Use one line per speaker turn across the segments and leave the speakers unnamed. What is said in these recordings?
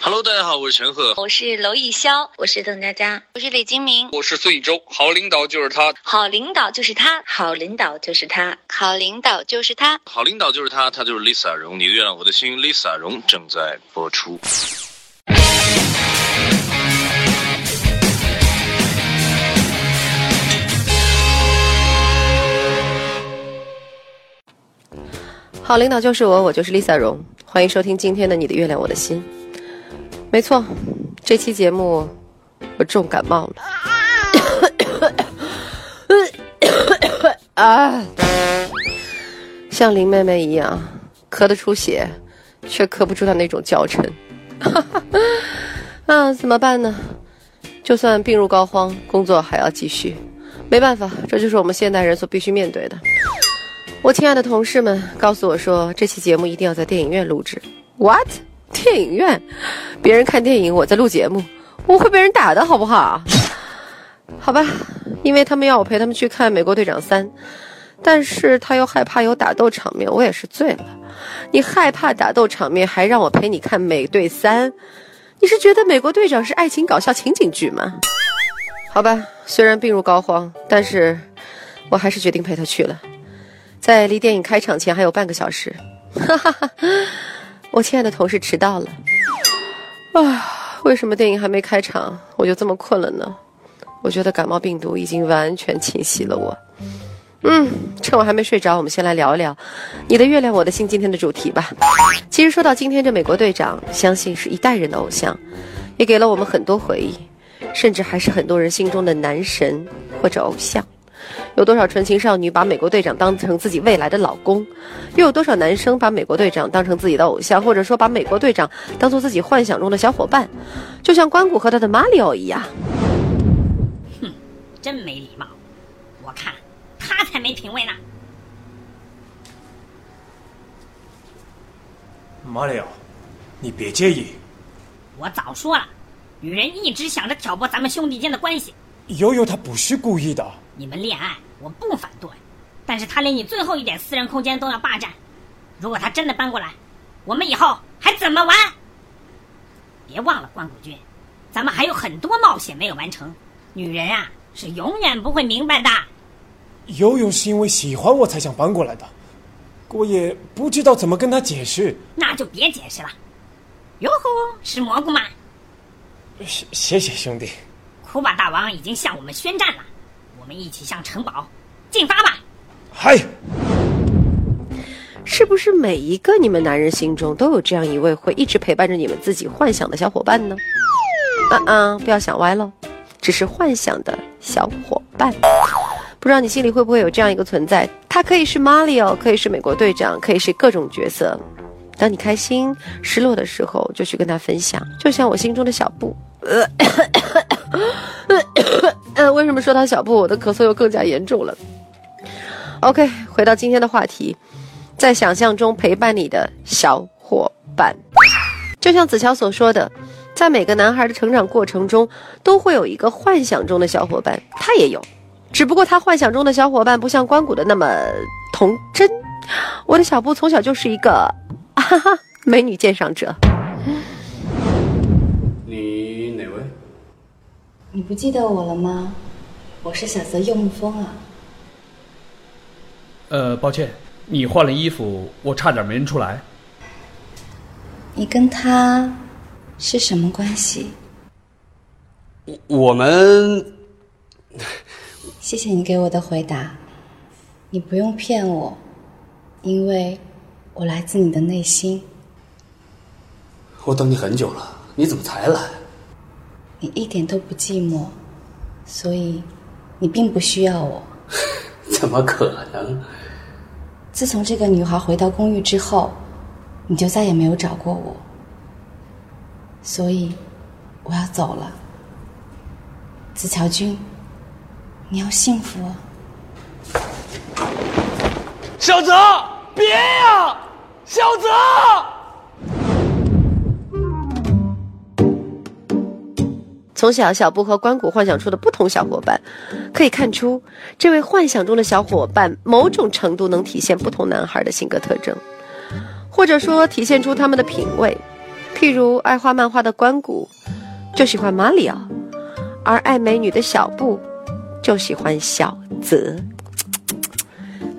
Hello，大家好，我是陈赫，
我是娄艺潇，我是邓家佳，
我是李金明，
我是孙宇洲。好领导就是他，
好领导就是他，
好领导就是他，
好领导就是他，
好领导就是他，他就是 Lisa 荣，你的月亮我的心，Lisa 荣正在播出。
好领导就是我，我就是 Lisa 荣，欢迎收听今天的《你的月亮我的心》。没错，这期节目我重感冒了。啊，像林妹妹一样咳得出血，却咳不出她那种娇嗔。 啊，怎么办呢？就算病入膏肓，工作还要继续。没办法，这就是我们现代人所必须面对的。我亲爱的同事们告诉我说，这期节目一定要在电影院录制。What？电影院？别人看电影，我在录节目，我会被人打的好不 好？好吧，因为他们要我陪他们去看《美国队长三》，但是他又害怕有打斗场面，我也是醉了。你害怕打斗场面，还让我陪你看《美队三》？你是觉得《美国队长》是爱情搞笑情景剧吗？好吧，虽然病入膏肓，但是我还是决定陪他去了。在离电影开场前还有半个小时， 哈哈哈！我亲爱的同事迟到了。啊，为什么电影还没开场我就这么困了呢？我觉得感冒病毒已经完全侵袭了我。嗯，趁我还没睡着，我们先来聊一聊《你的月亮我的心》今天的主题吧。其实说到今天这美国队长，相信是一代人的偶像，也给了我们很多回忆，甚至还是很多人心中的男神或者偶像。有多少纯情少女把美国队长当成自己未来的老公？又有多少男生把美国队长当成自己的偶像，或者说把美国队长当做自己幻想中的小伙伴？就像关谷和他的马里奥一样。
哼，真没礼貌！我看他才没品味呢。
马里奥，你别介意。
我早说了，女人一直想着挑拨咱们兄弟间的关系。
悠悠她不是故意的。
你们恋爱，我不反对，但是他连你最后一点私人空间都要霸占。如果他真的搬过来，我们以后还怎么玩？别忘了，关谷君，咱们还有很多冒险没有完成。女人啊，是永远不会明白的。
悠悠是因为喜欢我才想搬过来的，我也不知道怎么跟她解释。
那就别解释了。哟吼，是蘑菇吗？
谢谢谢兄弟。
库巴大王已经向我们宣战了。我们一起向城堡进发吧！
嗨，
是不是每一个你们男人心中都有这样一位会一直陪伴着你们自己幻想的小伙伴呢？啊啊，不要想歪喽，只是幻想的小伙伴。不知道你心里会不会有这样一个存在？他可以是马里奥，可以是美国队长，可以是各种角色。当你开心、失落的时候，就去跟他分享。就像我心中的小布。 呃嗯，为什么说他小布，我的咳嗽又更加严重了？OK，回到今天的话题，在想象中陪伴你的小伙伴，就像子乔所说的，在每个男孩的成长过程中，都会有一个幻想中的小伙伴，他也有，只不过他幻想中的小伙伴不像关谷的那么童真。我的小布从小就是一个哈哈美女鉴赏者。
你哪位？
你不记得我了吗？我是小泽用风啊。
呃，抱歉，你换了衣服，我差点没认出来。
你跟他是什么关系？
我我们……
谢谢你给我的回答。你不用骗我，因为我来自你的内心。
我等你很久了，你怎么才来？
你一点都不寂寞，所以你并不需要我。
怎么可能？
自从这个女孩回到公寓之后，你就再也没有找过我，所以我要走了。子乔君，你要幸福啊！
小泽，别呀、啊，小泽！
从小小布和关谷幻想出的不同小伙伴，可以看出，这位幻想中的小伙伴某种程度能体现不同男孩的性格特征，或者说体现出他们的品味。
譬如爱画漫画的关谷，就喜欢马里奥；而爱美女的小布，就喜欢小泽。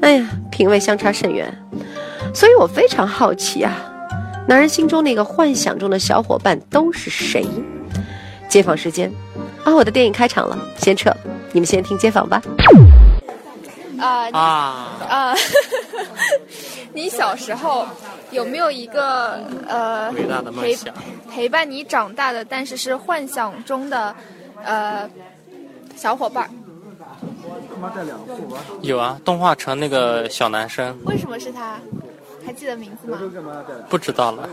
哎呀，品味相差甚远，所以我非常好奇啊，男人心中那个幻想中的小伙伴都是谁？街访时间，啊，我的电影开场了，先撤，你们先听街访吧。
啊，
啊，你小时候有没有一个呃
伟大的梦
陪
想
陪伴你长大的，但是是幻想中的呃小伙伴儿？
有啊，动画城那个小男生
为什么是他？还记得名字吗？
不知道了，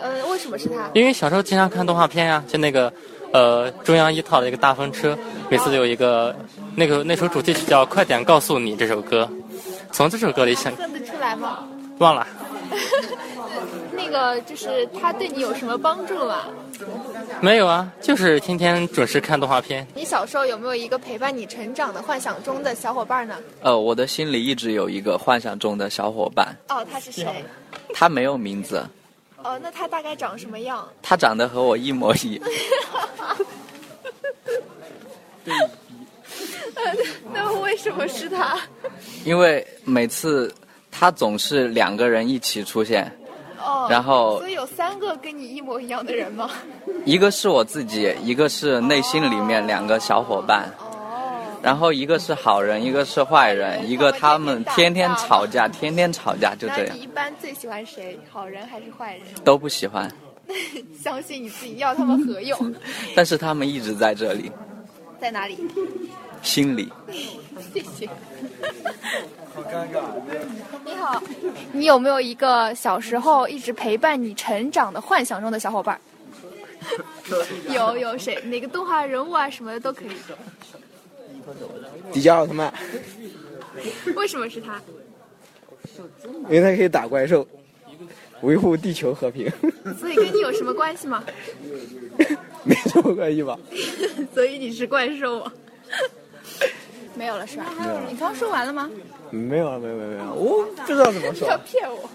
呃，为什么是他？
因为小时候经常看动画片呀、就那个呃中央一套的一个大风车，每次都有一个那个那首主题曲叫《快点告诉你》这首歌，从这首歌里想
认得出来吗？
忘了，
那个就是他对你有什么帮助吗？
没有啊，就是天天准时看动画片。
你小时候有没有一个陪伴你成长的幻想中的小伙伴呢？
呃，我的心里一直有一个幻想中的小伙伴，
哦，他是谁？
他没有名字，
哦，那他大概长什么样？
他长得和我一模一样。
呃那为什么是他？
因为每次他总是两个人一起出现，
哦，
然后
所以有三个跟你一模一样的人吗？
一个是我自己，一个是内心里面两个小伙
哦
伴，然后一个是好人，一个是坏人，一个他们天天吵架，天天吵架就
那
这
你
样，
一般最喜欢谁？好人还是坏人？
都不喜欢，
相信你自己，要他们何用？
但是他们一直在这里，
在哪里？
心里。
谢谢。好尴尬。你好，你有没有一个小时候一直陪伴你成长的幻想中的小伙伴？有有谁？哪个动画人物啊什么的都可以。
迪迦奥特曼，
为什么是他？
因为他可以打怪兽，维护地球和平，
所以跟你有什么关 系吗？
没什么关系吧？
所以你是怪兽啊？ 没有了是吧
没有了？
你刚说完了吗？
没有啊，没有没有没有，我不知道怎么说
要。骗我！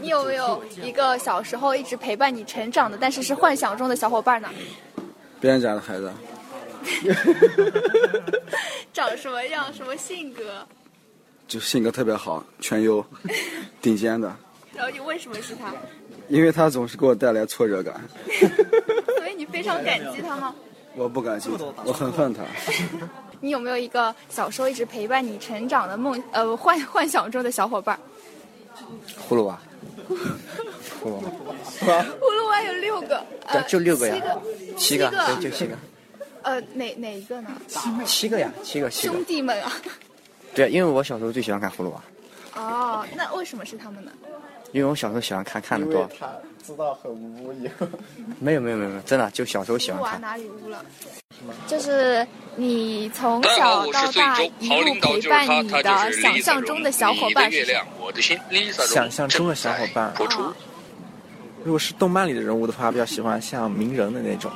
你有没有一个小时候一直陪伴你成长的，但是是幻想中的小伙伴呢？
别人家的孩子，啊
长什么样？什么性格？
就性格特别好，全 优，顶尖的。
然后你为什么是他？
因为他总是给我带来挫折感，
所以你非常感激他吗？
我不感激他，我很恨他。
你有没有一个小时候一直陪伴你成长的梦呃幻幻想中的小伙伴？
葫 芦娃，葫芦娃，
葫芦娃有六个，
对
呃，
就六个呀
七
七
个，，
个，
七个
对，就七个，
呃，哪哪一个呢？
七个呀，七个，七个
兄。弟们啊！
对，因为我小时候最喜欢看葫芦娃，
哦，那为什么是他们呢？
因为我小时候喜欢看，看的多。
他
知道很无以后。没有没有没有没有，真的就小时候喜欢
葫芦娃
看。
哪里污了？ 就是你从小到大一路陪伴你的想象中的小伙伴是谁？哦
我的心，Lisa
想象中的小伙伴。如果是动漫里的人物的话，比较喜欢像鸣人的那种，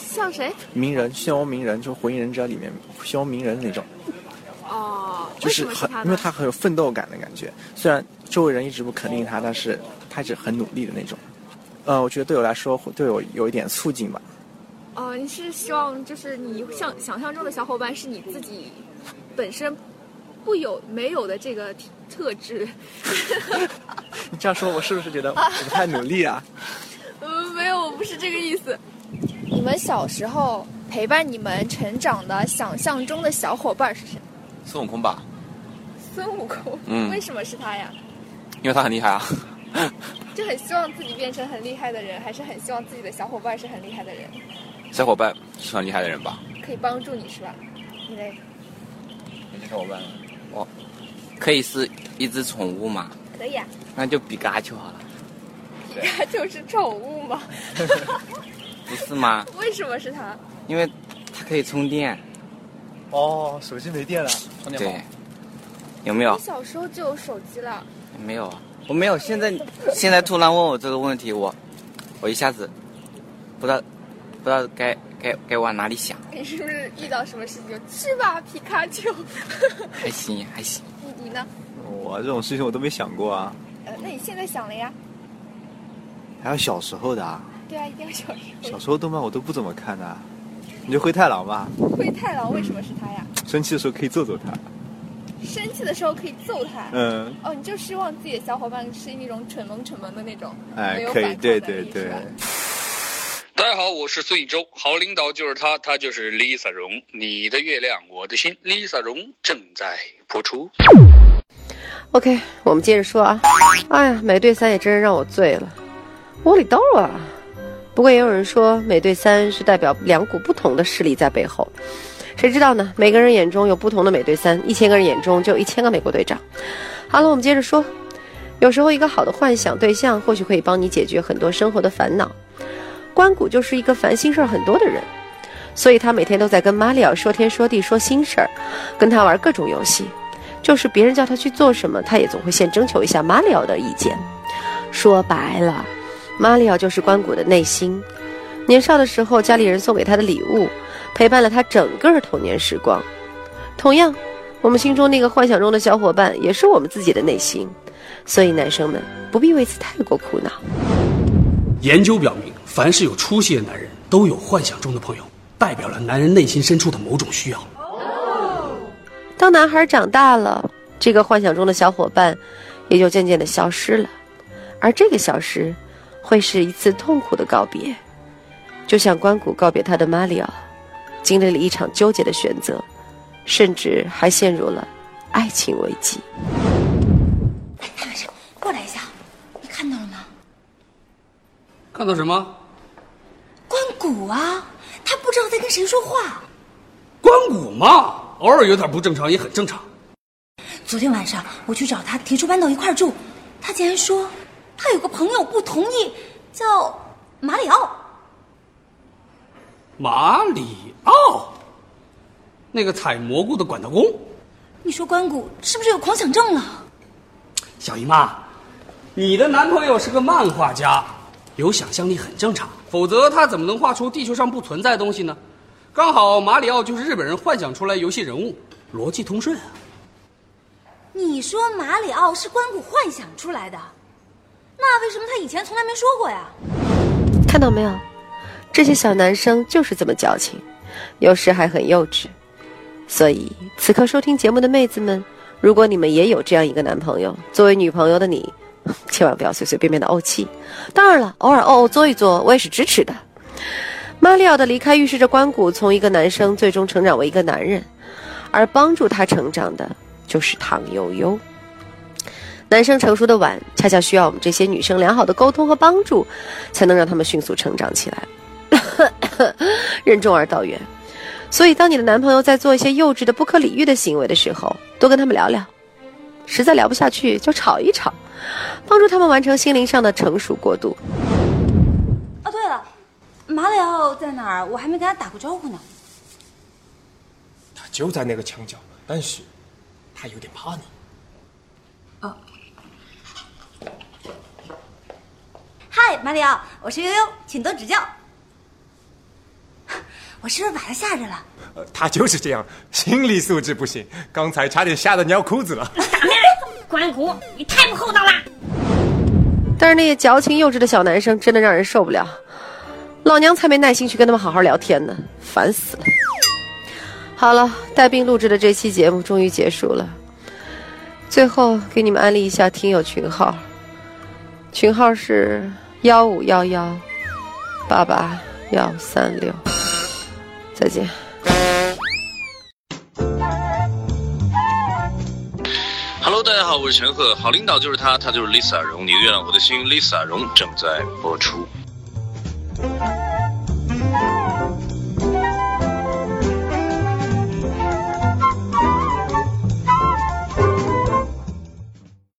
像谁？
鸣人、漩涡鸣人，就《火影忍者》里面漩涡鸣人的那种，
哦，
就
为什么是
很
他呢？
因为他很有奋斗感的感觉。虽然周围人一直不肯定他，但是他一直很努力的那种。呃，我觉得对我来说，会对我有一点促进吧。
哦，你是希望就是你像想象中的小伙伴是你自己本身不有没有的这个体特质？
你这样说，我是不是觉得我不太努力啊？
嗯，没有，我不是这个意思。你们小时候陪伴你们成长的想象中的小伙伴是谁？
孙悟空吧，
孙悟空。
嗯
为什么是他呀？
因为他很厉害啊。
就很希望自己变成很厉害的人，还是很希望自己的小伙伴是很厉害的人，
小伙伴是很厉害的人吧？
可以帮助你是吧？你嘞？
小伙伴，我可以是一只宠物嘛？
可以啊。
那就比嘎就好了，
皮卡丘是宠物 吗？
不是吗？
为什么是他？
因为它可以充电，
哦，手机没电了，
对，有没有
你？小时候就有手机了。
没有啊，我没有。现在现在突然问我这个问题，我我一下子不知道不知道该该该往哪里想，
你是不是遇到什么事情就去吧，皮卡丘？
还行还行。
你你呢？
我这种事情我都没想过啊。
呃，那你现在想了呀？
还有小时候的啊，
对啊，一定要小时候。
小时候动漫我都不怎么看的、啊你就灰太狼吧，
灰太狼为什么是他呀？
生气的时候可以揍揍他。
生气的时候可以揍他。
嗯
哦，你就希望自己的小伙伴是那种蠢萌蠢萌的那种，
哎
没有，
可
反
以，
抗能
对对
力
对。
大家好，我是孙艺洲，好领导就是他，他就是 Lisa 荣，你的月亮，我的心，Lisa 荣正在播出。
OK，我们接着说啊。哎呀，美队三也真是让我醉了，窝里斗啊！不过也有人说，美队三是代表两股不同的势力在背后，谁知道呢？每个人眼中有不同的美队三，一千个人眼中就有一千个美国队长。好了，我们接着说。有时候，一个好的幻想对象或许可以帮你解决很多生活的烦恼。关谷就是一个烦心事儿很多的人，所以他每天都在跟马里奥说天说地说心事儿，跟他玩各种游戏。就是别人叫他去做什么，他也总会先征求一下马里奥的意见。说白了，马里奥就是关谷的内心。年少的时候，家里人送给他的礼物，陪伴了他整个童年时光。同样，我们心中那个幻想中的小伙伴，也是我们自己的内心。所以，男生们不必为此太过苦恼。
研究表明，凡是有出息的男人，都有幻想中的朋友，代表了男人内心深处的某种需要。
当男孩长大了，这个幻想中的小伙伴也就渐渐的消失了，而这个消失，会是一次痛苦的告别，就像关谷告别他的马里奥，经历了一场纠结的选择，甚至还陷入了爱情危机。
大晚上过来一下，你看到了吗？
看到什么？
关谷啊，他不知道在跟谁说话。
关谷嘛，偶尔有点不正常也很正常。
昨天晚上我去找他，提出搬到一块儿住，他竟然说他有个朋友不同意，叫马里奥。
马里奥，那个采蘑菇的管道工，
你说关谷是不是有狂想症啊了？
小姨妈，你的男朋友是个漫画家，有想象力很正常，否则他怎么能画出地球上不存在的东西呢？刚好马里奥就是日本人幻想出来游戏人物，逻辑通顺啊。
你说马里奥是关谷幻想出来的，那为什么他以前从来没说过呀？
看到没有，这些小男生就是这么矫情，有时还很幼稚。所以，此刻收听节目的妹子们，如果你们也有这样一个男朋友，作为女朋友的你， 千万不要随随便便的怄气。当然了，偶尔怄怄作一作，我也是支持的。马里奥的离开预示着关谷从一个男生最终成长为一个男人，而帮助他成长的就是唐悠悠。男生成熟的晚，恰恰需要我们这些女生良好的沟通和帮助，才能让他们迅速成长起来。 任重而道远。所以，当你的男朋友在做一些幼稚的、不可理喻的行为的时候，多跟他们聊聊。实在聊不下去，就吵一吵，帮助他们完成心灵上的成熟过渡。
哦，对了，马里奥在哪儿？我还没跟他打过招呼呢。
他就在那个墙角，但是他有点怕你。
嗨，马里奥，我是悠悠，请多指 教。我是不是把他吓着了？
呃，他就是这样，心理素质不行，刚才差点吓得尿裤子了。
关谷，你太不厚道了！
但是那些矫情幼稚的小男生真的让人受不了，老娘才没耐心去跟他们好好聊天呢，烦死了。好了，带病录制的这期节目终于结束了。最后给你们安利一下听友群号，群号是幺五幺幺八八幺三六。再见。
Hello，大家好，我是陈赫，好领导就是他，他就是 Lisa 荣，你的月亮我的心，Lisa 荣正在播出。
Thank you.